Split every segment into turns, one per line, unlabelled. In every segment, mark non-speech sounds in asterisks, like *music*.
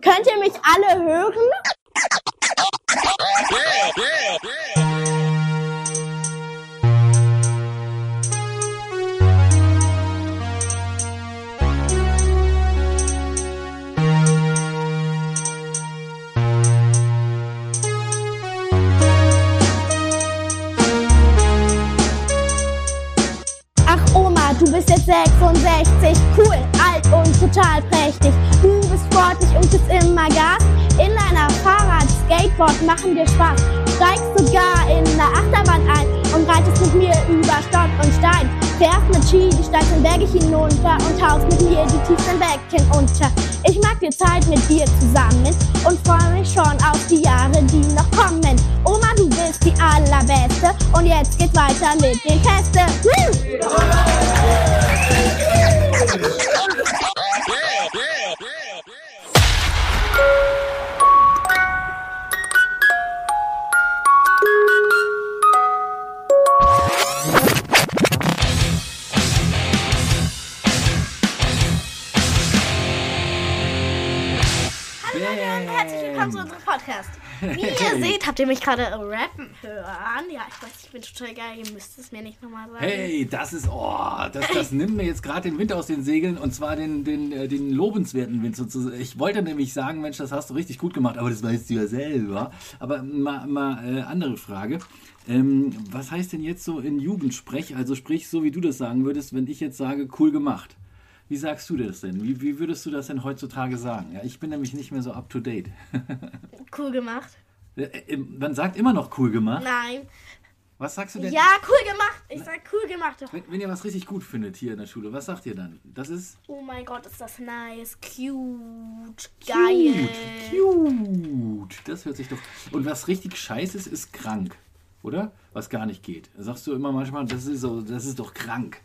Könnt ihr mich alle hören? Ach Oma, du bist jetzt 66, cool, alt und total prächtig. Du bist sportlich und gibst immer Gas. Inliner, Fahrrad, Skateboard machen dir Spaß. Steigst sogar in der Achterbahn ein und reitest mit mir über Stock und Stein. Fährst mit Ski die steilsten Berge hinunter und tauchst mit mir die tiefsten Becken unter. Ich mag die Zeit mit dir zusammen und freue mich schon auf die Jahre, die noch kommen. Oma, du bist die allerbeste und jetzt geht weiter mit den Festen. Woo!
Und herzlich willkommen zu unserem Podcast. Wie ihr seht, habt ihr mich gerade rappen hören. Ja, ich weiß, ich bin total geil. Ihr müsst es mir nicht nochmal sagen.
Hey, das ist, oh, das, das nimmt mir jetzt gerade den Wind aus den Segeln und zwar den, den, äh, den lobenswerten Wind sozusagen. Ich wollte nämlich sagen, Mensch, das hast du richtig gut gemacht, aber das weißt du ja selber. Aber mal, mal äh, andere Frage. Ähm, was heißt denn jetzt so in Jugendsprech, also sprich, so wie du das sagen würdest, wenn ich jetzt sage, cool gemacht? Wie sagst du das denn? Wie, wie würdest du das denn heutzutage sagen? Ja, ich bin nämlich nicht mehr so up to date.
Cool gemacht.
Äh, äh, Man sagt immer noch cool gemacht.
Nein.
Was sagst du denn?
Ja, cool gemacht. Ich sag cool gemacht.
Wenn, wenn ihr was richtig gut findet hier in der Schule, was sagt ihr dann? Das ist
Oh mein Gott, ist das nice. Cute. Geil.
Cute, cute. Das hört sich doch. Und was richtig scheiße ist, ist krank, oder? Was gar nicht geht. Da Sagst du immer manchmal, das ist so, das ist doch krank,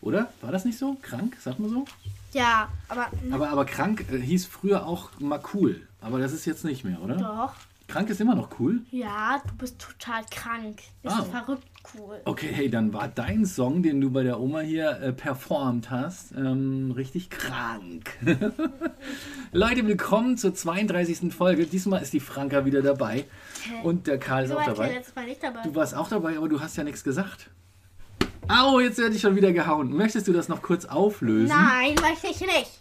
oder? War das nicht so? Krank, sagt man so?
Ja, aber
Aber aber krank äh, hieß früher auch mal cool, aber das ist jetzt nicht mehr, oder?
doch.
Krank ist immer noch cool.
Ja, du bist total krank. Bist
Ah.
verrückt cool.
Okay, hey, dann war dein Song, den du bei der Oma hier äh, performt hast, ähm, richtig krank. *laughs* Leute, willkommen zur 32. Folge. Diesmal ist die Franka wieder dabei und der Karl ist
Du
auch
warst ja
dabei.
letztes Mal nicht dabei.
Du warst auch dabei, aber du hast ja nichts gesagt. Au, jetzt werde ich schon wieder gehauen. Möchtest du das noch kurz auflösen?
Nein, möchte ich nicht.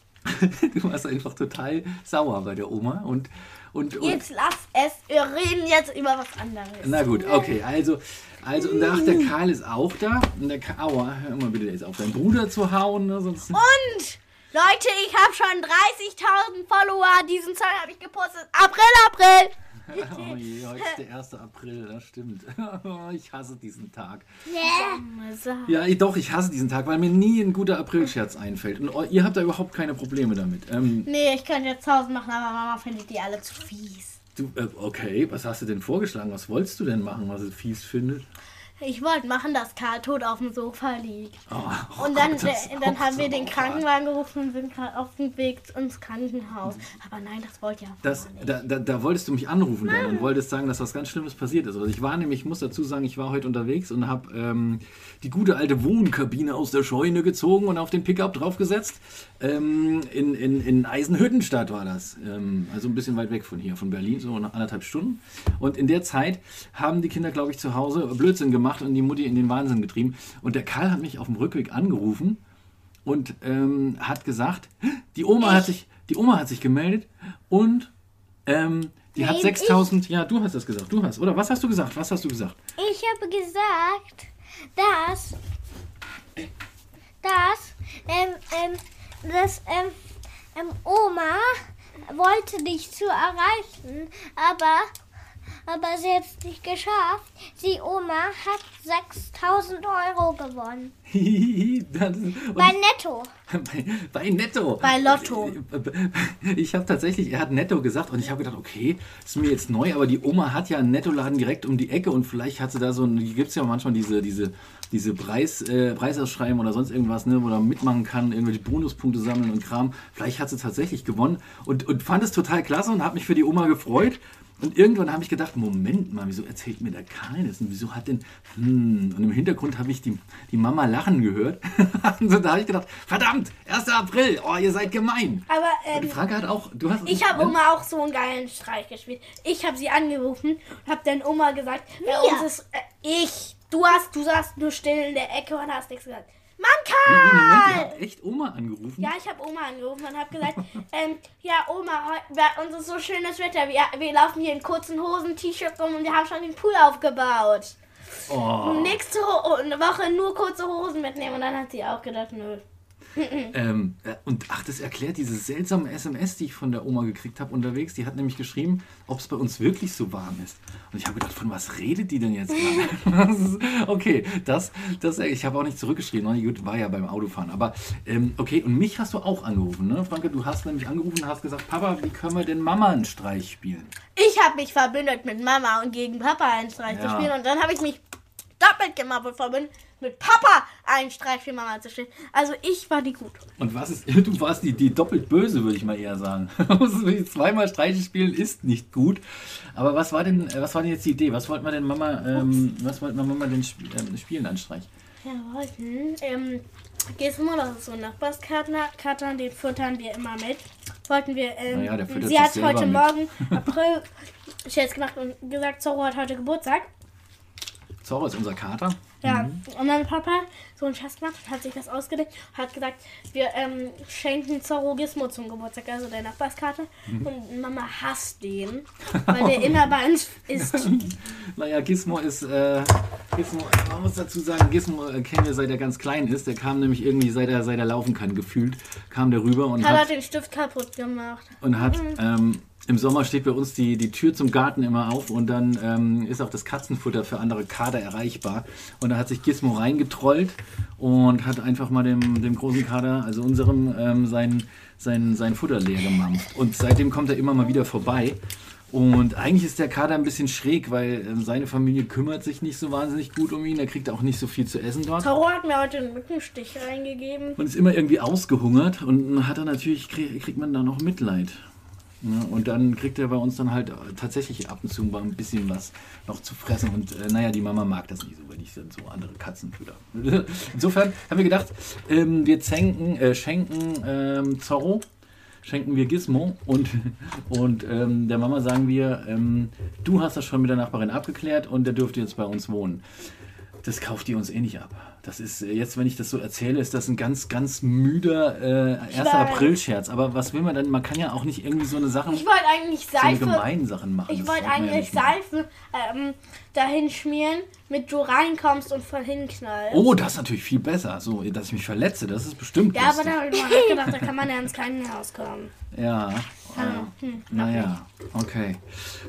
*laughs* Du warst einfach total sauer bei der Oma und und, und
Jetzt lass es. Wir reden jetzt über was anderes.
Na gut, okay, also, also und ach, der Karl ist auch da. Und der Karl, aua, hör mal bitte jetzt auf, deinen Bruder zu hauen, ne, sonst... *laughs*
Und Leute, ich habe schon 30.000 Follower. Diesen Song habe ich gepostet. April, April.
Oh je, heute ist der 1. April, das stimmt. *laughs* Ich hasse diesen Tag.
Äh. Sommersau.
Ja, ich- doch, ich hasse diesen Tag, weil mir nie ein guter Aprilscherz einfällt. Und eu- ihr habt da überhaupt keine Probleme damit. Ähm,
Nee, ich könnte jetzt 1000 machen, aber Mama findet die alle zu fies.
du, äh, okay, was hast du denn vorgeschlagen? Was wolltest du denn machen, was ihr fies findet?
Ich wollte machen, dass Karl tot auf dem Sofa liegt.
Oh, oh
Und dann,
Gott, das ist
äh, dann
auch
haben wir
so
den
hart.
Krankenwagen gerufen und sind gerade auf dem Weg ins Krankenhaus. Aber nein, das wollte ja
Das, da, da, da wolltest du mich anrufen dann und wolltest sagen, dass was ganz Schlimmes passiert ist. Also ich war nämlich, ich muss dazu sagen, ich war heute unterwegs und habe ähm, die gute alte Wohnkabine aus der Scheune gezogen und auf den Pickup draufgesetzt. Ähm, in, in, in Eisenhüttenstadt war das. Ähm, also ein bisschen weit weg von hier, von Berlin, so eine anderthalb Stunden. Und in der Zeit haben die Kinder, glaube ich, zu Hause Blödsinn gemacht und die Mutti in den Wahnsinn getrieben. Und der Karl hat mich auf dem Rückweg angerufen und ähm, hat gesagt, die Oma hat sich, die Oma hat sich gemeldet und ähm, die hat
Nein,
6000, ja, du hast das gesagt, du hast, oder was hast du gesagt, was hast du gesagt? *laughs*
Ich habe gesagt, dass, dass, ähm, ähm, dass, ähm, ähm, Oma wollte dich zu erreichen, aber, aber sie hat es nicht geschafft. Die Oma hat 6000 Euro gewonnen.
Das- und
Bei Netto.
bei, bei Netto.
Bei Lotto.
Ich habe tatsächlich, er hat Netto gesagt und ich habe gedacht, okay, ist mir jetzt neu, aber die Oma hat ja einen Nettoladen direkt um die Ecke und vielleicht hat sie da so, ein- hier gibt es ja manchmal diese, diese, diese Preis, äh, Preisausschreiben oder sonst irgendwas, ne, wo man mitmachen kann, irgendwelche Bonuspunkte sammeln und Kram. Vielleicht hat sie tatsächlich gewonnen und, und fand es total klasse und habe mich für die Oma gefreut. Und irgendwann habe ich gedacht, Moment mal, wieso erzählt mir der Karl das? Und wieso hat denn, hm, und im Hintergrund habe ich die, die Mama Lachen gehört. *laughs* Und da habe ich gedacht, verdammt, 1. April, oh, ihr seid gemein.
Aber
Die
ähm,
Franke hat auch, du hast...
ich habe Oma auch so einen geilen Streich gespielt. Ich habe sie angerufen und habe dann Oma gesagt, bei uns ist äh, ich. Du hast, du saßt nur still in der Ecke und hast nichts gesagt. Mann,
Wie, wie, Moment, ihr
Karl!
*laughs* habt echt Oma angerufen?
Ja, ich habe Oma angerufen und habe gesagt, *laughs* ähm, ja Oma, heu- bei uns ist so schönes Wetter. Wir, wir laufen hier in kurzen Hosen, T-Shirts rum und wir haben schon den Pool aufgebaut.
Oh,
Nächste Ho eine Woche nur kurze Hosen mitnehmen. Und dann hat sie auch gedacht, nö.
ähm, äh, und ach, das erklärt diese seltsame SMS, die ich von der Oma gekriegt habe unterwegs. Die hat nämlich geschrieben, ob es bei uns wirklich so warm ist. Und ich habe gedacht, von was redet die denn jetzt gerade? *laughs* Das ist- okay, das, das, äh, ich habe auch nicht zurückgeschrieben. Na Gut, war ja beim Autofahren. Aber ähm, okay, und mich hast du auch angerufen, ne? Franke, du hast nämlich angerufen und hast gesagt, Papa, wie können wir denn Mama einen Streich spielen?
Ich habe mich verbündet mit Mama und gegen Papa einen Streich zu
Ja.
spielen. Und dann habe ich mich doppelt gemacht und verbündet mit Papa einen Streich für Mama zu spielen. Also ich war die Gute.
Und was ist, *laughs* du warst die, die doppelt böse, würde ich mal eher sagen. *laughs* Zweimal Streiche spielen ist nicht gut. Aber was war denn, äh, was war denn jetzt die Idee? Was wollten wir denn Mama, ähm, was wollten wir Mama denn sp ähm, spielen an Streich?
Ja, wollten. Ähm, gehst du mal, das ist so ein Nachbarskater, Kater, den füttern wir immer mit. Wollten wir, ähm,
Naja, der füttert
sie
sich
hat
selber
heute
mit. *laughs*
Morgen April Scherz gemacht und gesagt, Zorro hat heute Geburtstag.
Zorro ist unser Kater.
Ja,
Mhm.
und mein Papa so einen Scherz gemacht und hat sich das ausgedacht hat gesagt, wir ähm, schenken Zorro Gizmo zum Geburtstag, also der Nachbarskater.
Mhm.
Und Mama hasst den, weil der immer bei uns
*laughs*
ist.
Naja, Gizmo ist, äh, Gizmo, man muss dazu sagen, Gizmo äh, kennen wir seit er ganz klein ist. Der kam nämlich irgendwie, seit er, seit er laufen kann, gefühlt, kam der rüber und
Hat er
hat,
den Stift kaputt gemacht.
und hat ähm, im Sommer steht bei uns die, die Tür zum Garten immer auf und dann ähm, ist auch das Katzenfutter für andere Kader erreichbar. Und da hat sich Gizmo reingetrollt und hat einfach mal dem, dem großen Kader, also unserem, ähm, sein, sein, sein Futter leer gemampft. Und seitdem kommt er immer mal wieder vorbei. Und eigentlich ist der Kader ein bisschen schräg, weil ähm, seine Familie kümmert sich nicht so wahnsinnig gut um ihn. Er kriegt auch nicht so viel zu essen dort
Zorro hat mir heute einen Mückenstich reingegeben.
und ist immer irgendwie ausgehungert und hat er natürlich krie- kriegt man da noch Mitleid. Ne? Und dann kriegt er bei uns dann halt tatsächlich ab und zu mal ein bisschen was noch zu fressen. Und äh, naja, die Mama mag das nicht so, wenn ich dann so andere Katzen fütter. *laughs* Insofern haben wir gedacht, ähm, wir zänken, äh, schenken ähm, Zorro, schenken wir Gizmo und, *laughs* und ähm, der Mama sagen wir, ähm, du hast das schon mit der Nachbarin abgeklärt und der dürfte jetzt bei uns wohnen das kauft die uns eh nicht ab. Das ist äh, jetzt, wenn ich das so erzähle, ist das ein ganz, ganz müder äh, 1.
weiß.
April-Scherz. Aber was will man dann? Man kann ja auch nicht irgendwie so eine Sache,
Ich
so
wollte eigentlich
eine
Seife.
gemeinen Sachen machen.
ich
Das
wollte
sollte man ja nicht
eigentlich
machen.
Seife ähm, dahin schmieren, mit du reinkommst und von hinten knallst.
Oh, das ist natürlich viel besser. So, dass ich mich verletze, das ist bestimmt.
ja, aber
lustig.
da habe ich mir gedacht, da
*laughs*
kann man ja ins Krankenhaus kommen.
Ja. Äh, naja, okay.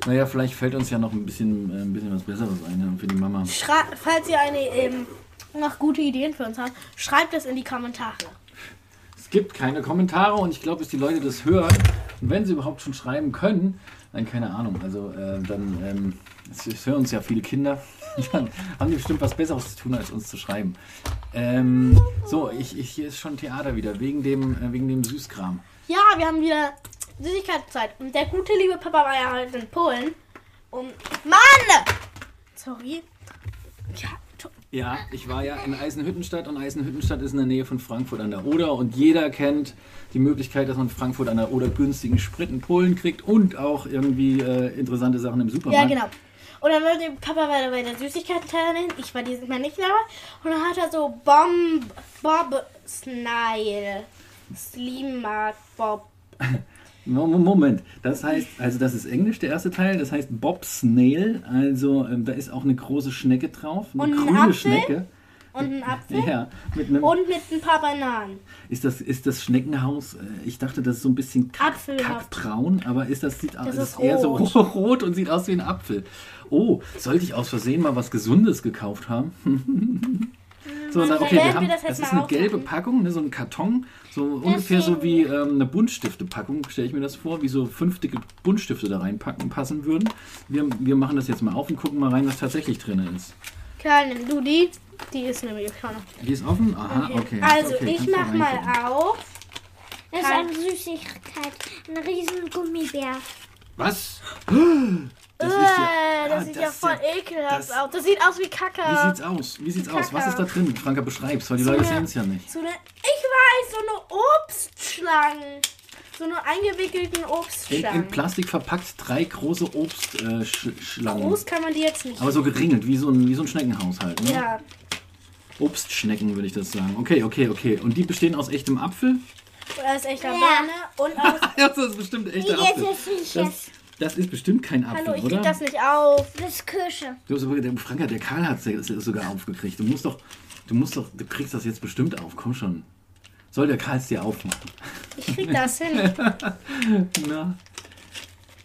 Naja, vielleicht fällt uns ja noch ein bisschen, äh, ein bisschen was Besseres ein ja, für die Mama.
Schrei falls ihr eine, ähm, noch gute Ideen für uns habt, schreibt es in die Kommentare.
Es gibt keine Kommentare und ich glaube, bis die Leute das hören und wenn sie überhaupt schon schreiben können, dann keine Ahnung. Also äh, dann, ähm, es, es hören uns ja viele Kinder, *laughs* dann haben die bestimmt was Besseres zu tun, als uns zu schreiben. Ähm, so, ich, ich, hier ist schon Theater wieder, wegen dem, äh, wegen dem Süßkram.
Ja, wir haben wieder Süßigkeitenzeit. Und der gute liebe Papa war ja heute in Polen. Und Mann! Sorry. Ja, to-
Ja, ich war ja in Eisenhüttenstadt und Eisenhüttenstadt ist in der Nähe von Frankfurt an der Oder und jeder kennt die Möglichkeit, dass man in Frankfurt an der Oder günstigen Sprit in Polen kriegt und auch irgendwie äh, interessante Sachen im
Ja,
Supermarkt.
genau. Und dann wollte Papa bei, bei der Süßigkeiten-Teilnehmerin, ich war dieses Mal nicht dabei, und dann hat er so Bomb, Bob, Snail, Slimak, Bob.
Mo-
genau.
Mo- Moment, das heißt, also das ist Englisch, der erste Teil, das heißt Bobsnail, also ähm, da ist auch eine große Schnecke drauf, eine
Und ein
grüne
Apfel?
Schnecke.
Und ein Apfel
Ja, mit einem,
und mit ein paar Bananen.
ist, das, ist das Schneckenhaus, äh, ich dachte, das ist so ein bisschen kack,
Apfelhaft.
kackbraun, aber ist das, sieht, das
Das
ist
ist
eher so ro- *laughs* rot und sieht aus wie ein Apfel. Oh, sollte ich aus Versehen mal was Gesundes gekauft haben? *laughs* So, na, okay, wir
Wenn Hm, also wir
haben,
das
das,
jetzt mal
ist eine
aufmachen.
gelbe Packung, ne, so ein Karton, so ungefähr so wie ähm, eine Buntstifte-Packung, stelle ich mir das vor, wie so fünf dicke Buntstifte da reinpacken passen würden. Wir, wir machen das jetzt mal auf und gucken mal rein, was tatsächlich drin ist.
Karl, nimm du die. Die ist nämlich schon noch.
Die ist offen? Aha, okay.
Also,
okay,
ich
kannst du
mach mal
reingucken.
auf.
Das ist
Kann-
eine Süßigkeit. Ein riesen Gummibär.
Was? Das
Äh,
ist ja,
das
Ah,
sieht ja voll ekelhaft
das-
aus. Das sieht aus wie Kacke.
Wie sieht's aus? Wie sieht's aus? Was ist da drin? Franka, beschreib's, weil die Leute
Ja.
sehen es ja nicht.
So eine, ich weiß, so eine Obstschlangen. So eine eingewickelten
In, in
Obstschlangen.
Plastik verpackt drei große Obstschlangen. Äh, Sch- Schlangen.
Groß kann man die jetzt nicht.
aber so geringelt, wie so ein, wie so ein Schneckenhaushalt. Ne?
ja,
Obstschnecken würde ich das sagen. Okay, okay, okay. Und die bestehen aus echtem *laughs* Apfel?
das ist echt Banane und
*laughs*
aus.
Das ist bestimmt echter
Jetzt
Apfel.
ist es
Das, das ist bestimmt kein Apfel,
Hallo, ich
oder?
krieg das nicht auf.
Das ist Kirsche.
Du hast aber, der Franka, der Karl hat es sogar aufgekriegt. Du musst doch, du musst doch, du kriegst das jetzt bestimmt auf. Komm schon. Soll der Karl es dir aufmachen?
Ich
*laughs*
krieg das hin.
Na.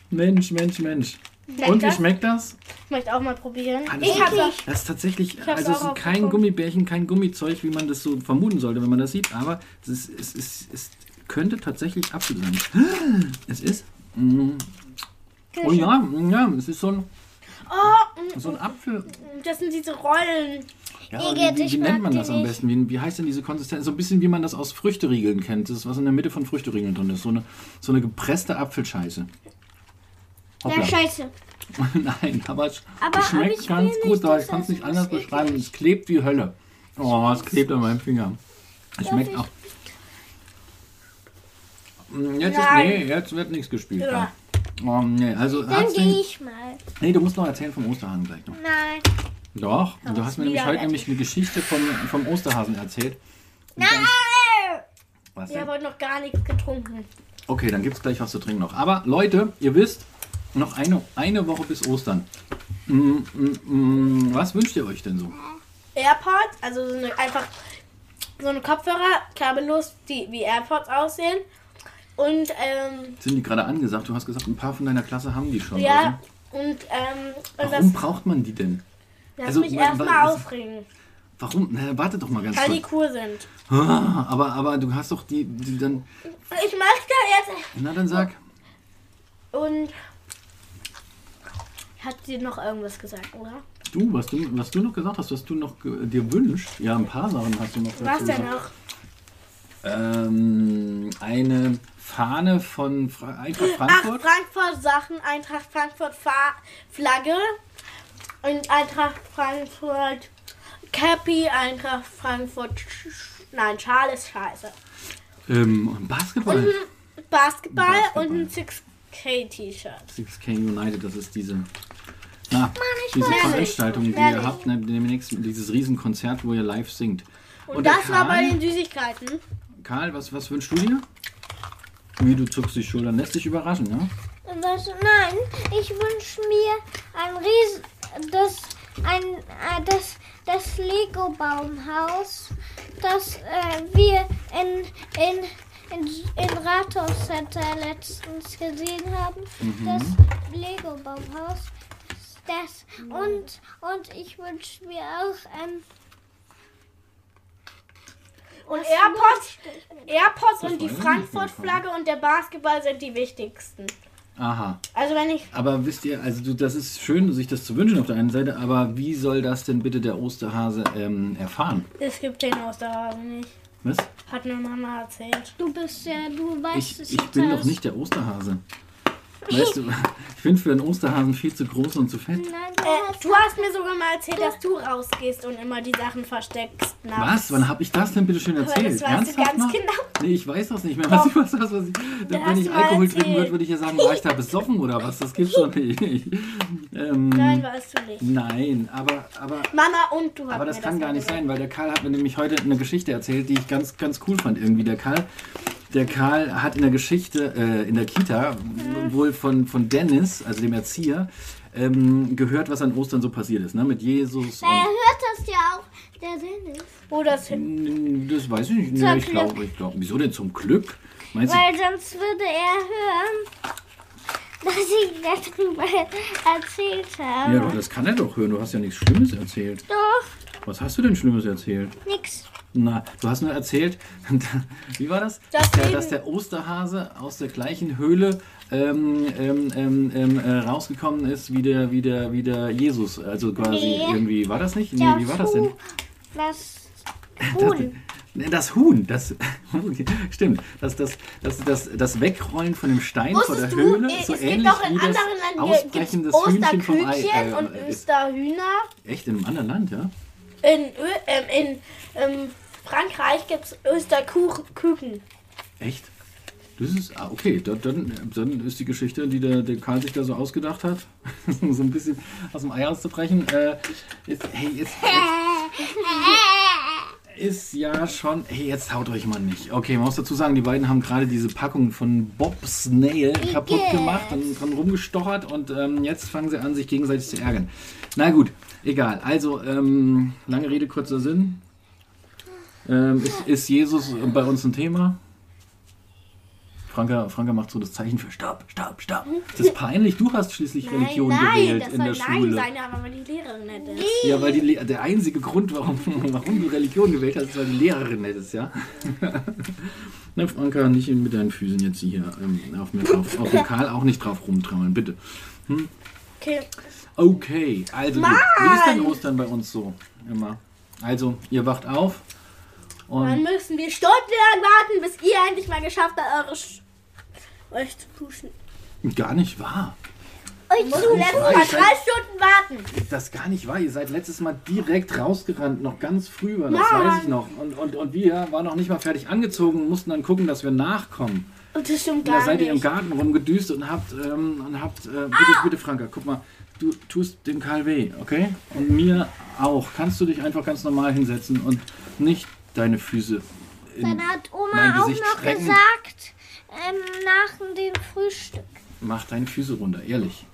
Mensch, Mensch, Mensch.
Schmeckt
Und wie
das?
schmeckt das?
Ich möchte auch mal probieren.
Ah, das
Ich
ist-
habe
Das ist tatsächlich,
hab's
also es
auch
sind kein
aufbekommen.
Gummibärchen, kein Gummizeug, wie man das so vermuten sollte, wenn man das sieht, aber es, ist, es, ist, es könnte tatsächlich Apfel sein. *gasps* Es ist. mm, Oh ja, mm, ja, es ist so ein,
Oh, mm,
so ein Apfel.
das sind diese Rollen.
Ja,
Igitt,
aber wie, wie,
ich
wie nennt
mag
man
die
das am
nicht.
besten? Wie, wie heißt denn diese Konsistenz? So ein bisschen wie man das aus Früchteriegeln kennt. Das ist, was in der Mitte von Früchteriegeln drin ist. So eine, so eine gepresste Apfelscheiße.
Ja,
Hoppla.
scheiße.
*laughs* Nein, aber es
Aber
es schmeckt
ich will
ganz
nicht,
gut, aber
dass
ich kann es
das
nicht anders
eklig
beschreiben. Es klebt wie Hölle. Oh, es klebt an meinem Finger. Es schmeckt auch. Mm, Jetzt ist,
Nein.
nee, jetzt wird nichts gespielt.
Ja.
Oh, nee, also
Dann
hat's
gehe
den,
ich mal.
nee, du musst noch erzählen vom Osterhasen gleich noch.
Nein.
Doch, du hast mir nämlich
wieder
heute
weg.
nämlich eine Geschichte vom, vom Osterhasen erzählt. Nein! Was
Wir
denn?
haben heute noch gar nichts getrunken.
Okay, dann gibt es gleich was zu trinken noch. Aber Leute, ihr wisst, noch eine, eine Woche bis Ostern. Mm, mm, mm, was wünscht ihr euch denn so?
AirPods, also so eine, einfach so eine Kopfhörer, kabellos, die wie AirPods aussehen. Und ähm,
Sind die gerade angesagt? Du hast gesagt, ein paar von deiner Klasse haben die schon.
ja, und ähm,
oder?
und
Mhm. Warum
das
braucht man die denn?
lass
also,
mich
wa- wa-
erstmal
das-
aufregen,
Warum? Na, warte doch mal ganz
weil die
kurz.
cool sind.
Ah, aber, aber du hast doch die, die dann.
Ich möchte jetzt
Na dann sag.
Und hat dir noch irgendwas gesagt, oder?
Du, was du, was du noch gesagt hast, was du noch ge- dir wünschst. Ja, ein paar Sachen hast du noch dazu
Was denn
gesagt.
noch?
Ähm, eine Fahne von Fra Eintracht
Ach,
Frankfurt.
Frankfurt Sachen, Eintracht Frankfurt Fa Flagge und Eintracht Frankfurt Cappy, Eintracht Frankfurt Sch Sch- Nein, Schal ist scheiße.
ähm, und Basketball.
Mhm. Basketball,
Basketball.
und ein 6K T-Shirt.
6K United, das ist diese, na, diese
weiß nicht.
Veranstaltung, die
Mehr
ihr
nicht.
habt, ne, demnächst dieses Riesenkonzert, wo ihr live singt. Und, der
Das war bei
Karl,
den Süßigkeiten.
Karl, was, was wünschst du dir? Wie, du zuckst die Schultern, lässt dich überraschen, ne?
Was? Nein, ich wünsche mir ein Riesen, das, ein, äh, das, das Lego Baumhaus, das äh, wir in, in, in, in Rathaus Center letztens gesehen haben.
Mhm.
Das Lego Baumhaus, das und und ich wünsche mir auch ähm,
Und AirPods, AirPods
Das
und die
weiß ich nicht,
Frankfurt
Frank.
Flagge und der Basketball sind die wichtigsten.
Aha.
Also wenn ich
Aber wisst ihr, also du, das ist schön, sich das zu wünschen auf der einen Seite, aber wie soll das denn bitte der Osterhase ähm, erfahren?
es gibt den Osterhasen nicht.
Was?
Hat mir Mama erzählt.
du bist ja du weißt
Ich,
es
ich bin
alles.
doch nicht der Osterhase. Weißt
*laughs*
du, ich bin für einen Osterhasen viel zu groß und zu fett.
Nein, du
Äh,
hast
du hast mir sogar mal erzählt, dass du rausgehst und immer die Sachen versteckst.
Was? Wann hab ich das denn bitte schön
das
erzählt?
weißt du ganz
mal?
genau.
Nee, ich weiß das nicht mehr. Was, *laughs* was, was, was ich,
Da
wenn
hast
ich
du mal
Alkohol trinken würde,
erzählt.
würde ich ja sagen, war ich da besoffen oder was? Das gibt's doch nicht. *laughs* ähm,
Nein, warst du nicht.
nein, aber, aber,
Mama und du hast
aber das
mir
kann gar
mal
nicht
gesagt.
sein, weil der Karl hat mir nämlich heute eine Geschichte erzählt, die ich ganz, ganz cool fand irgendwie. Der Karl, der Karl hat in der Geschichte äh, in der Kita wohl von, von Dennis, also dem Erzieher, ähm, gehört, was an Ostern so passiert ist, ne? Mit Jesus und
Äh.
er hört das ja auch der Dennis.
Wo das hin?
Mm, Das weiß ich nicht. Nee,
Zum
ich glaube, ich glaube. Wieso denn zum Glück? Meinst du?
Weil sonst würde er hören, dass ich *laughs* darüber erzählt habe.
äh,
Ja, doch, das kann er doch hören. Du hast ja nichts Schlimmes erzählt.
Doch,
Was hast du denn Schlimmes erzählt?
nix.
Na, du hast nur erzählt, *laughs* wie war das?
Das
dass, der,
Leben.
dass der Osterhase aus der gleichen Höhle ähm, ähm, ähm, ähm, äh, rausgekommen ist wie der, wie, der, wie der Jesus. Also quasi
Nee.
irgendwie, war das nicht? Nee,
Der
wie war *laughs* das denn?
Fu- Das Huhn.
Ne, Das Huhn, das *laughs* stimmt, das, das, das, das, das Wegrollen von dem Stein vor der
Wusstest du,
Höhle,
äh,
so
es gibt
ähnlich
auch
wie
in
das
anderen Ländern hier
Ausbrechen
gibt's
des Hühnchen vom Ei.
Osterküchchen
äh,
und
äh, ist
Österhühner.
echt in einem anderen Land, ja?
In, Ö ähm, in ähm, Frankreich gibt es Österküken.
Echt? Das ist, ah, okay, da- dann, dann ist die Geschichte, die der, der Karl sich da so ausgedacht hat, *laughs* so ein bisschen aus dem Ei auszubrechen, äh, ist, hey, jetzt, jetzt ist ja schon, hey, jetzt haut euch mal nicht. Okay, man muss dazu sagen, die beiden haben gerade diese Packung von Bob's Nail kaputt gemacht und dran rumgestochert und ähm, jetzt fangen sie an, sich gegenseitig zu ärgern. Na gut, egal. Also, ähm, lange Rede, kurzer Sinn. Ähm, ist, ist Jesus bei uns ein Thema? Franka, Franka macht so das Zeichen für Stopp, Stopp, Stopp. Ist das peinlich? Du hast schließlich Religion gewählt
das
in der
soll
Schule.
Nein sein, aber wenn die Lehrerin nicht ist.
Ja, weil die, Le- der einzige Grund, warum, *laughs* warum du Religion gewählt hast, ist, weil die Lehrerin nett ist, *laughs* ja? Ne, Franka, nicht mit deinen Füßen jetzt hier ähm, auf mir drauf. Auf dem Karl auch nicht drauf rumtrammeln, bitte.
Okay.
Okay, also gut. Wie ist denn Ostern bei uns so immer? Also, ihr wacht auf
Dann
und
müssen wir stundenlang warten, bis ihr endlich mal geschafft habt, eure Sch euch zu duschen.
gar nicht wahr.
Wir mussten letztes Mal
weiß.
drei Stunden warten.
das gar nicht wahr. Ihr seid letztes Mal direkt rausgerannt, noch ganz früh war das, weiß ich noch. Und, und, und wir waren noch nicht mal fertig angezogen und mussten dann gucken, dass wir nachkommen.
Und das stimmt
Da
gar
seid ihr im
nicht. Ah!
Garten rumgedüst und habt, ähm, und habt äh, bitte, bitte Franka, guck mal, du tust dem Karl weh, okay? Und mir auch. Kannst du dich einfach ganz normal hinsetzen und nicht deine Füße in
Dann hat
mein
Oma auch
Gesicht
noch
strecken.
gesagt, ähm, nach dem Frühstück.
Mach deine Füße runter, ehrlich.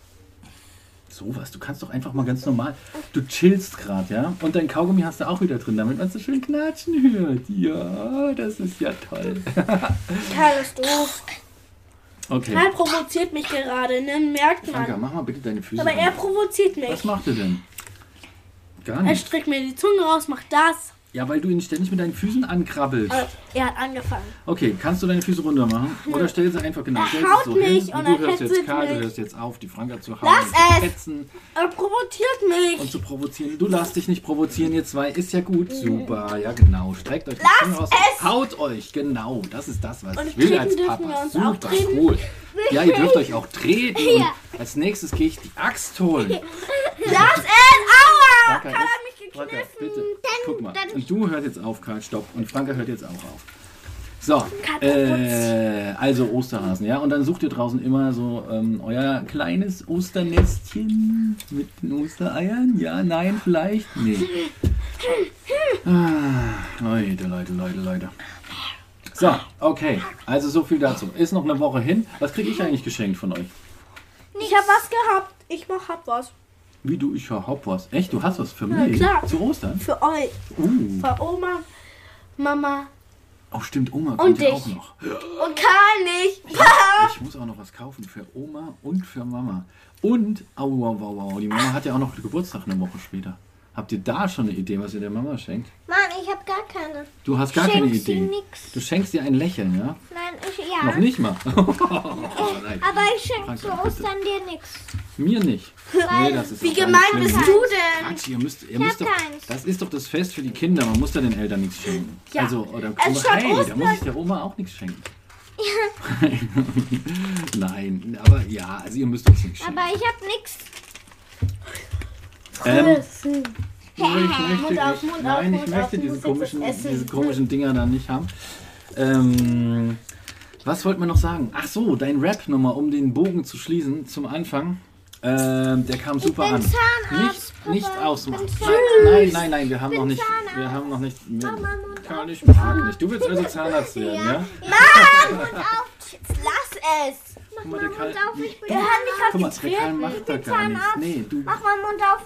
Sowas, du kannst doch einfach mal ganz normal. Du chillst gerade, ja? Und dein Kaugummi hast du auch wieder drin, damit man so schön knatschen hört. Ja, das ist ja toll. *laughs*
Karl ist doof.
Okay.
Karl provoziert mich gerade, ne? Merkt
Franka,
man.
mach mal bitte deine Füße
Aber er
runter.
provoziert
Was
mich.
macht er denn? Gar
Er
nicht.
streckt mir die Zunge raus, macht das.
Ja, weil du ihn ständig mit deinen Füßen ankrabbelst.
Aber er hat angefangen.
Okay, kannst du deine Füße runter machen? Oder stell sie einfach genau.
Er
Stell sie
haut
so hin.
mich
Und
und
du
er
hörst jetzt
hetzelt
Karl, du
mich.
hörst jetzt auf, die Franka zu hauen,
Lass
zu
es!
petzen
Er provoziert
und
mich.
zu provozieren. Du lasst dich nicht provozieren, ihr zwei. Ist ja gut. Super, ja genau. Streckt euch die Zunge raus. Haut euch, genau. Das ist das, was
Und
ich will
treten
als
dürfen wir
Papa.
uns
Super
auch treten?
cool. Ja, ihr dürft euch auch treten. Und als nächstes gehe ich die Axt holen.
Das ist Aua!
Franka, jetzt-
Karl hat mich
Franka,
gekniffen.
bitte. Guck mal. Und du hörst jetzt auf, Karl, stopp. Und Franka hört jetzt auch auf. So, äh, also Osterhasen, ja. Und dann sucht ihr draußen immer so ähm, euer kleines Osternestchen mit den Ostereiern. Ja, nein, vielleicht? Nee.
Hm.
Ah, Leute, Leute, Leute, Leute. So, okay. Also so viel dazu. Ist noch eine Woche hin. Was kriege ich eigentlich geschenkt von euch?
Ich hab was gehabt. Ich mach hab was.
Wie du, ich hab was. Echt, du hast was für mich?
klar.
Zu Ostern?
Für euch.
Uh.
Für Oma, Mama
Oh, stimmt, Oma kommt ja
dich.
auch noch.
und Karl nicht. *laughs*
Ich muss auch noch was kaufen für Oma und für Mama. Und, au, wow, wow, wow, die Mama hat ja auch noch Geburtstag eine Woche später. Habt ihr da schon eine Idee, was ihr der Mama schenkt?
Mann, ich habe gar keine.
Du hast gar
Schenk
keine
sie Ah.
Idee.
nix.
Du schenkst ihr ein Lächeln, ja?
Nein, ich, ja.
Noch nicht mal. *laughs* Oh, nein.
Aber ich schenke
Frank,
zu
bitte.
Ostern dir nichts.
Mir nicht. Nee, das ist
Wie
auch gar
gemein
nicht
bist
schlimm.
du denn?
Quatsch, ihr müsst, ihr müsst doch,
keins.
das ist doch das Fest für die Kinder. Man muss da den Eltern nichts schenken.
Ja.
Also, oder
Es ist schon
hey, da
Ostern.
muss ich der Oma auch nichts
*laughs*
schenken. *laughs* Nein, aber ja, also ihr müsst uns nichts schenken.
Aber ich habe nichts.
Ähm,
Essen.
Nein, ich möchte,
Mund
nicht.
auf, Mund auf,
Nein, ich
Mund auf,
möchte
du
diese
musst jetzt
komischen,
was essen.
diese komischen Dinger da nicht haben. Ähm, was wollte man noch sagen? Ach so, dein Rap nochmal, um den Bogen zu schließen zum Anfang. Ähm, der kam super
bin
an.
Zahnarzt,
nicht, nicht
Papa.
ausmachen.
Ich bin
Nein, nein, nein, wir haben noch
bin
nicht.
Zahnarzt.
Wir haben noch nicht.
Mama, Mund
Kann ich mag nicht. Du willst also Zahnarzt werden, ja?
Und auf.
Jetzt lass es.
Guck mal, der Karl,
Mund auf, ich bin
guck mal, der Karl macht da gar nichts. Nee, du.
Mach mal Mund auf.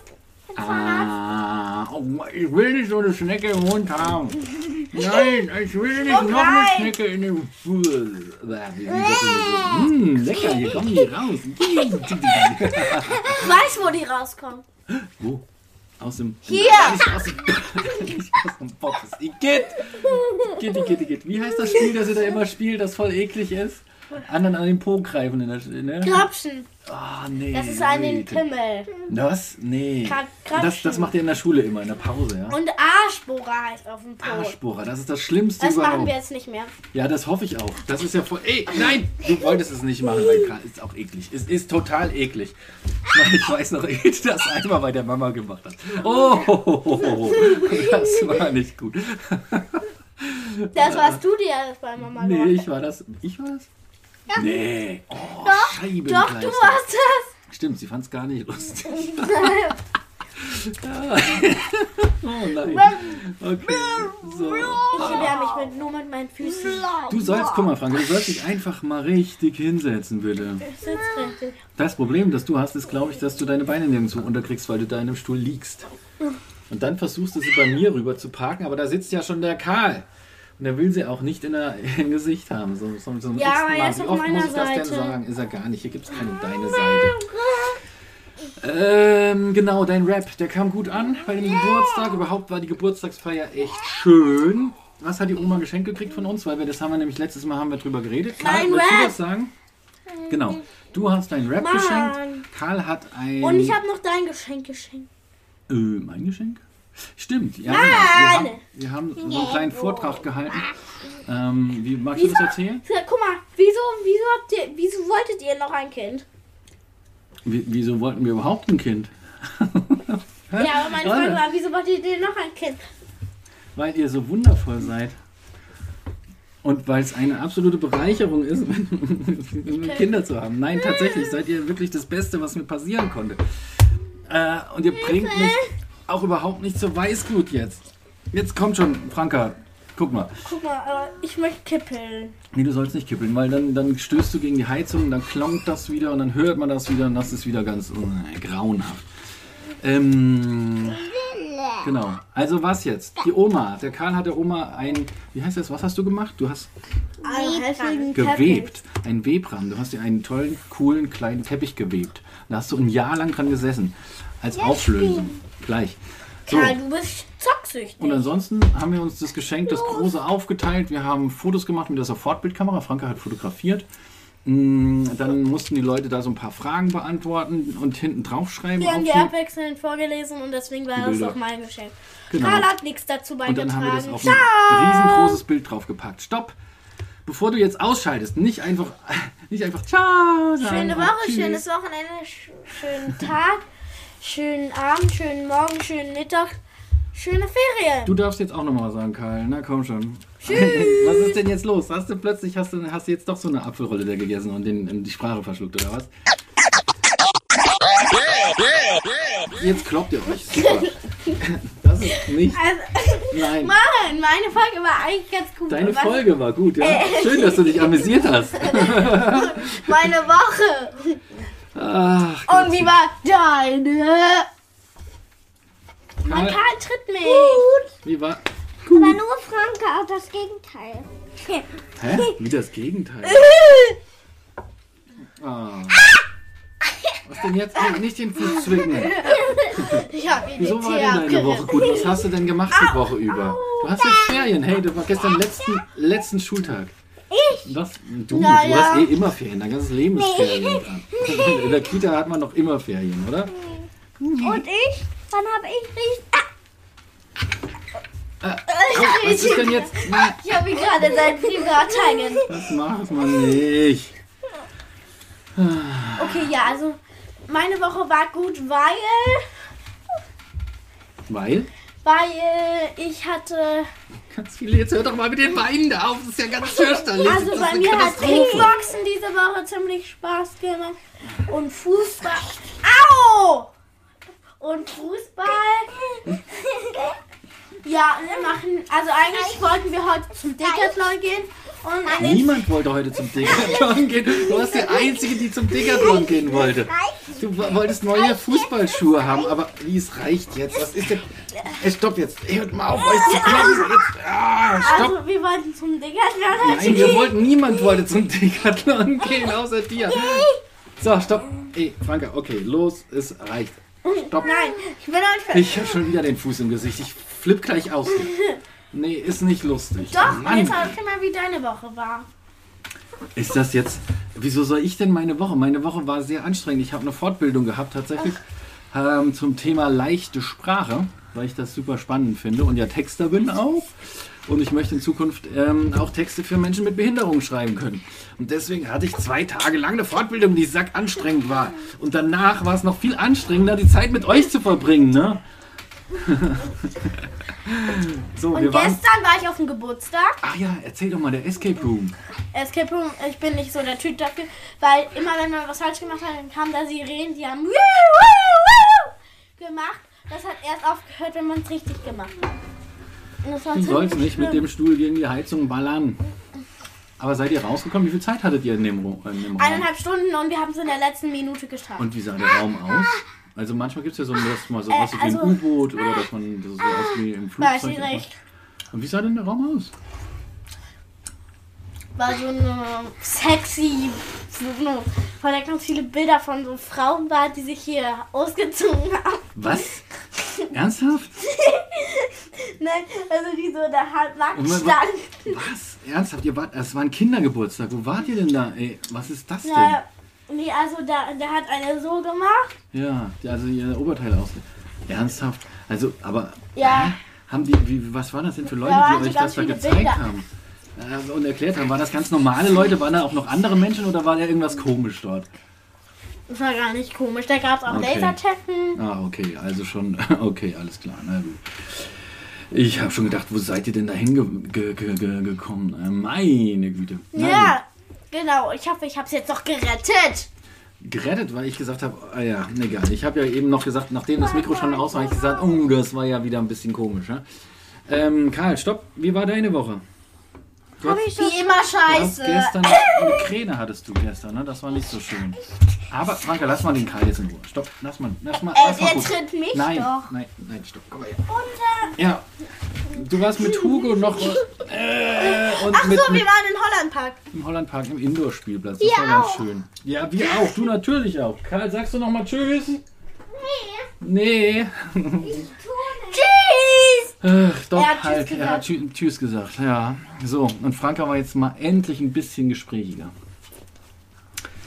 Ich bin Zahnarzt.
Ah, oh, ich will nicht so eine Schnecke im Mund
*laughs*
haben. Nein, ich will
Oh,
nicht noch eine
rein.
Schnecke in den Fuhl. Mmh, lecker, hier kommen die raus.
Ich weiß, wo die rauskommen.
Wo? Aus dem. Hier! Nicht aus dem, nicht aus dem Box. Igitt! Igitt, Igitt, Igitt. Wie heißt das Spiel, das ihr da immer spielt, das voll eklig ist? anderen an den Po greifen. In der, ne?
Klopfen.
Ah, nee.
Das ist an den
Leute.
Pimmel.
Das? Nee.
Kra- kratschen.
Das, das macht ihr in der Schule immer, in der Pause, ja?
Und Arschbohrer heißt auf dem Po.
Arschbohrer, das ist das Schlimmste
Das
überhaupt.
machen wir jetzt nicht mehr.
Ja, das hoffe ich auch. Das ist ja voll. Ey, nein! Du wolltest es nicht machen, weil Karl ist auch eklig. Es ist total eklig. Ich weiß noch, wie ich das einmal bei der Mama gemacht hat. Oh, ho, ho, ho, ho. das war nicht gut.
Das warst du dir alles bei Mama
Nee,
gemacht.
ich war das. Ich war das? Nee. Oh,
Doch, du warst das.
Stimmt, sie fand es gar nicht
*laughs*
lustig. oh nein. Okay. So.
Ich gewähr mich mit, nur mit meinen Füßen.
Du sollst, guck mal, Frank, du sollst dich einfach mal richtig hinsetzen, bitte.
Ich sitz richtig.
Das Problem, das du hast, ist, glaube ich, dass du deine Beine nirgendwo unterkriegst, weil du da in einem Stuhl liegst. Und dann versuchst du sie bei mir rüber zu parken, aber da sitzt ja schon der Karl. Und der will sie auch nicht in der, *laughs* im Gesicht haben. So, so, so
Ja, aber er
Mal.
ist
Wie
auf
oft muss
meiner
ich das denn
Seite. Ah,
sagen? Ist er gar nicht. Hier gibt es keine deine Seite. Ähm, genau, dein Rap, der kam gut an bei dem Geburtstag. Überhaupt war die Geburtstagsfeier echt schön. Was hat die Oma geschenkt gekriegt von uns? Weil wir das haben wir nämlich letztes Mal haben wir drüber geredet. Karl,
Mein
willst du
Rap!
das sagen? Genau. Du hast dein Rap
Mann.
geschenkt. Karl hat ein.
Und ich habe noch dein Geschenk geschenkt.
Äh, mein Geschenk? Stimmt, ja. Nein. Wir haben, wir haben so einen kleinen Vortrag gehalten. Ähm, wie magst du das erzählen?
Ich sag, guck mal, wieso, wieso habt ihr, wieso wolltet ihr noch ein Kind?
Wie, wieso wollten wir überhaupt ein Kind? *laughs*
Ja, aber meine
Anne.
Frage war, wieso wolltet ihr noch ein Kind?
weil ihr so wundervoll seid. Und weil es eine absolute Bereicherung ist, *laughs* Kinder zu haben. Nein, tatsächlich, seid ihr wirklich das Beste, was mir passieren konnte. Äh, und ihr bringt mich auch überhaupt nicht zur Weißglut jetzt. Jetzt kommt schon, Franka, guck mal.
Guck mal, aber ich möchte kippeln.
Nee, du sollst nicht kippeln, weil dann, dann stößt du gegen die Heizung, dann klonkt das wieder und dann hört man das wieder und das ist wieder ganz äh, grauenhaft. Ähm, genau. Also was jetzt? Die Oma. Der Karl hat der Oma ein, wie heißt das? Was hast du gemacht? Du hast
Einen halbwegigen Teppich.
gewebt. Ein Webrahmen. Du hast dir einen tollen, coolen, kleinen Teppich gewebt. Da hast du ein Jahr lang dran gesessen. Als Auflösung. Gleich. So.
Karl, du bist zocksüchtig.
Und ansonsten haben wir uns das Geschenk, das große, aufgeteilt. Wir haben Fotos gemacht mit der Sofortbildkamera. Franka hat fotografiert. Mm, Dann mussten die Leute da so ein paar Fragen beantworten und hinten draufschreiben.
Wir haben die
aufkleben.
abwechselnd vorgelesen und deswegen war das
Bilder.
auch mein Geschenk.
Genau.
Karl hat nichts dazu
Und dann haben wir das
beigetragen.
auf ein riesengroßes Bild draufgepackt. Stopp! Bevor du jetzt ausschaltest, nicht einfach, *laughs* nicht einfach Ciao sagen.
Schöne
und
Woche,
tschüss.
schönes Wochenende, sch schönen Tag, schönen Abend, schönen Morgen, schönen Mittag, schöne Ferien.
Du darfst jetzt auch nochmal sagen, Karl. Na komm schon. *laughs* Was ist denn jetzt los? Hast du plötzlich hast du, hast du jetzt doch so eine Apfelrolle da gegessen und den, die Sprache verschluckt oder was? Jetzt kloppt ihr euch. Super. Das ist nicht. Nein.
Also- Mann, meine Folge war eigentlich ganz gut.
Deine
Was- Äh.
Folge war gut, ja. Schön, dass du dich amüsiert
*laughs*
hast.
Meine Woche.
Ach,
Und wie war deine?
Karl,
Karl tritt mich. Gut.
wie war?
Aber nur Franke auch das Gegenteil.
Hä? Wie das Gegenteil.
Äh.
Ah. Was denn jetzt? Nee, Nicht den Fuß zwicken.
Ich hab ihn
Wieso war denn deine Woche gut? Was hast du denn gemacht die Woche über? Du hast jetzt Ferien. Hey, das war gestern letzten, letzten Schultag. Ich? Was? Du,
Na
du
ja.
hast eh immer Ferien. Dein ganzes Leben ist Ferien. In der Kita hat man noch immer Ferien, oder?
Und ich? Dann habe ich richtig. Ah.
Was ist denn jetzt? Na,
Ich hab ihn gerade sein Privatteil genannt.
das macht man nicht.
Okay, ja, also meine Woche war gut, weil
Weil?
weil ich hatte
Ganz viele, jetzt hör doch mal mit den Beinen da auf. Das ist ja ganz fürchterlich.
also
das ist
bei
eine
mir hat
Katastrophe.
Kickboxen diese Woche ziemlich Spaß gemacht und Fußball. Au! Und Fußball. *laughs* Ja, wir machen also eigentlich wollten wir heute zum Decathlon gehen und an den
Niemand wollte heute zum Decathlon *laughs* gehen. Du warst die Einzige, die zum Decathlon gehen wollte. Du w- wolltest neue Fußballschuhe haben, aber wie es reicht jetzt? Was ist denn?
Äh.
Ey, stopp jetzt. Ey, hört mal auf, euch zu kloppen. Jetzt. Ah, stopp.
also wir wollten zum Decathlon
Nein, wir wollten, niemand wollte zum Decathlon gehen, außer dir. So, stopp. Ey, Franka, okay, los, es reicht. Stopp.
Nein, ich bin euch ver-
Ich habe schon wieder den Fuß im Gesicht. Ich flipp gleich aus. Nee, ist nicht lustig.
Doch,
Mann.
jetzt habe ich mal, wie deine Woche war.
Ist das jetzt. Wieso soll ich denn meine Woche? Meine Woche war sehr anstrengend. Ich habe eine Fortbildung gehabt, tatsächlich, ähm, zum Thema leichte Sprache, weil ich das super spannend finde und ja Texter bin auch. Und ich möchte in Zukunft ähm, auch Texte für Menschen mit Behinderung schreiben können. Und deswegen hatte ich zwei Tage lang eine Fortbildung, die sack anstrengend war. Und danach war es noch viel anstrengender, die Zeit mit euch zu verbringen, ne? *laughs* so,
Und
wir waren.
gestern war ich auf dem Geburtstag.
Ach ja, erzähl doch mal der Escape Room.
Escape Room, ich bin nicht so der Typ dafür, weil immer wenn man was falsch gemacht hat, dann kamen da Sirenen, die haben wiu, wiu, wiu gemacht. Das hat erst aufgehört, wenn man es richtig gemacht hat. Und das war
Du
ziemlich
sollst nicht mit
schlimm.
dem Stuhl gegen die Heizung ballern. Aber seid ihr rausgekommen? Wie viel Zeit hattet ihr in dem, Ru- äh, in dem Raum?
Eineinhalb Stunden und wir haben es in der letzten Minute geschafft.
Und wie sah der Raum aus? Also manchmal gibt es ja so, dass man so
Äh,
aussieht wie ein
also-
U-Boot oder dass man so aussieht wie im
War ich
Flugzeug.
direkt.
Und wie sah denn der Raum aus?
War so eine sexy, so eine- voll da ganz viele Bilder von so Frauen war, die sich hier ausgezogen haben. *laughs*
Was? Ernsthaft?
Nein, also die so da halb nackt
Und man-
standen.
Was? Ernsthaft? Ihr wart, es war ein Kindergeburtstag. Wo wart ihr denn da? Ey, was ist das denn?
Ja, nee, also da, da hat eine so gemacht.
Ja, die- also ihr Oberteil aus. Ernsthaft? Also, aber.
Ja.
Hä? Haben die, wie, was waren das denn für Leute,
Da waren
die
so
euch
ganz
das da
viele
gezeigt
Bilder.
haben? Äh, Und erklärt haben, waren das ganz normale Leute, waren da auch noch andere Menschen oder war da irgendwas komisch dort?
Das war gar nicht komisch. Da gab es auch
Okay.
Lasertaggen.
Ah, okay, also schon, *laughs* okay, alles klar, na gut. Ich habe schon gedacht, wo seid ihr denn da hingekommen? Ge ge ge gekommen? Äh, meine Güte. Na gut.
Ja, genau. Ich hoffe, ich habe es jetzt noch gerettet.
gerettet, weil ich gesagt habe, ah ja, egal. Ich habe ja eben noch gesagt, nachdem das Mikro schon aus war, habe ich gesagt, oh, das war ja wieder ein bisschen komisch. Ja? Ähm, Karl, stopp, wie war deine Woche? Du hast,
Wie
du
immer
hast
scheiße. *laughs*
gestern Migräne hattest du gestern, ne? Das war nicht so schön. Aber Franka, lass mal den Karl jetzt in Ruhe. Stopp, lass mal, lass mal, lass mal
Äh, der
gut.
tritt mich
nein,
doch.
Nein, nein, stopp, komm mal her. Ja, du warst mit Hugo noch äh, und
Ach so,
mit, mit
wir waren in Hollandpark.
im Hollandpark im Indoor-Spielplatz. Das war ganz schön. Ja, wir auch. Du natürlich auch. Karl, sagst du nochmal Tschüss? Nee. Nee.
Tschüss.
Ach, doch,
Er hat Tschüss
halt. Er hat tschü Tschüss gesagt. Ja. So, und Franka war jetzt mal endlich ein bisschen gesprächiger.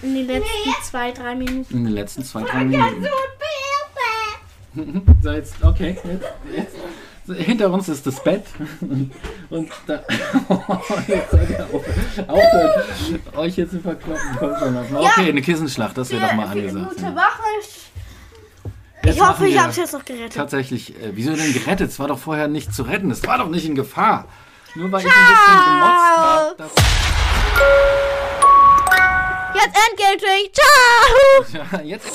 In den letzten zwei, drei Minuten.
In den letzten zwei, drei Minuten. *laughs* So, jetzt, okay. Jetzt, jetzt. So, Hinter uns ist das Bett. *laughs* Und da. *laughs* oh, jetzt seid ihr auf, aufhört, euch jetzt zu verkloppen. Kommt schon auf. Okay, eine Kissenschlacht, das wäre doch mal angesagt.
Gute Woche.
Jetzt
Ich hoffe,
machen
ich
wir-
habe es jetzt noch gerettet.
Tatsächlich, äh, wieso denn gerettet? Es war doch vorher nicht zu retten. Es war doch nicht in Gefahr. Nur weil ich ein bisschen gemotzt habe. Das
Jetzt endgültig. Ciao.
Ja, *laughs* jetzt.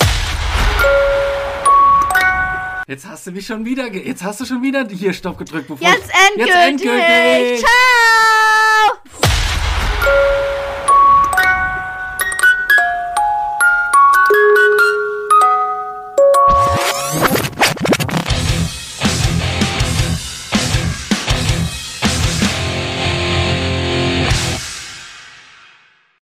Jetzt hast du mich schon wieder. Ge jetzt hast du schon wieder hier Stopp gedrückt, bevor
Jetzt
ich-
endgültig. Ciao.